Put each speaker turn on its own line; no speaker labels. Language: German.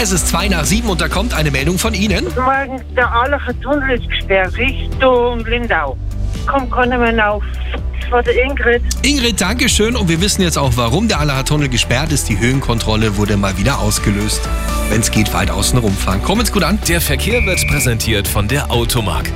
Es ist 2 nach 7 und da kommt eine Meldung von Ihnen.
Morgen der Aulacher Tunnel ist gesperrt Richtung Lindau. Kommt keiner mehr auf. Von der Ingrid.
Ingrid, Dankeschön. Und wir wissen jetzt auch, warum der Allacher Tunnel gesperrt ist. Die Höhenkontrolle wurde mal wieder ausgelöst. Wenn es geht, weit außen rumfahren. Komm jetzt gut an.
Der Verkehr wird präsentiert von der Automark,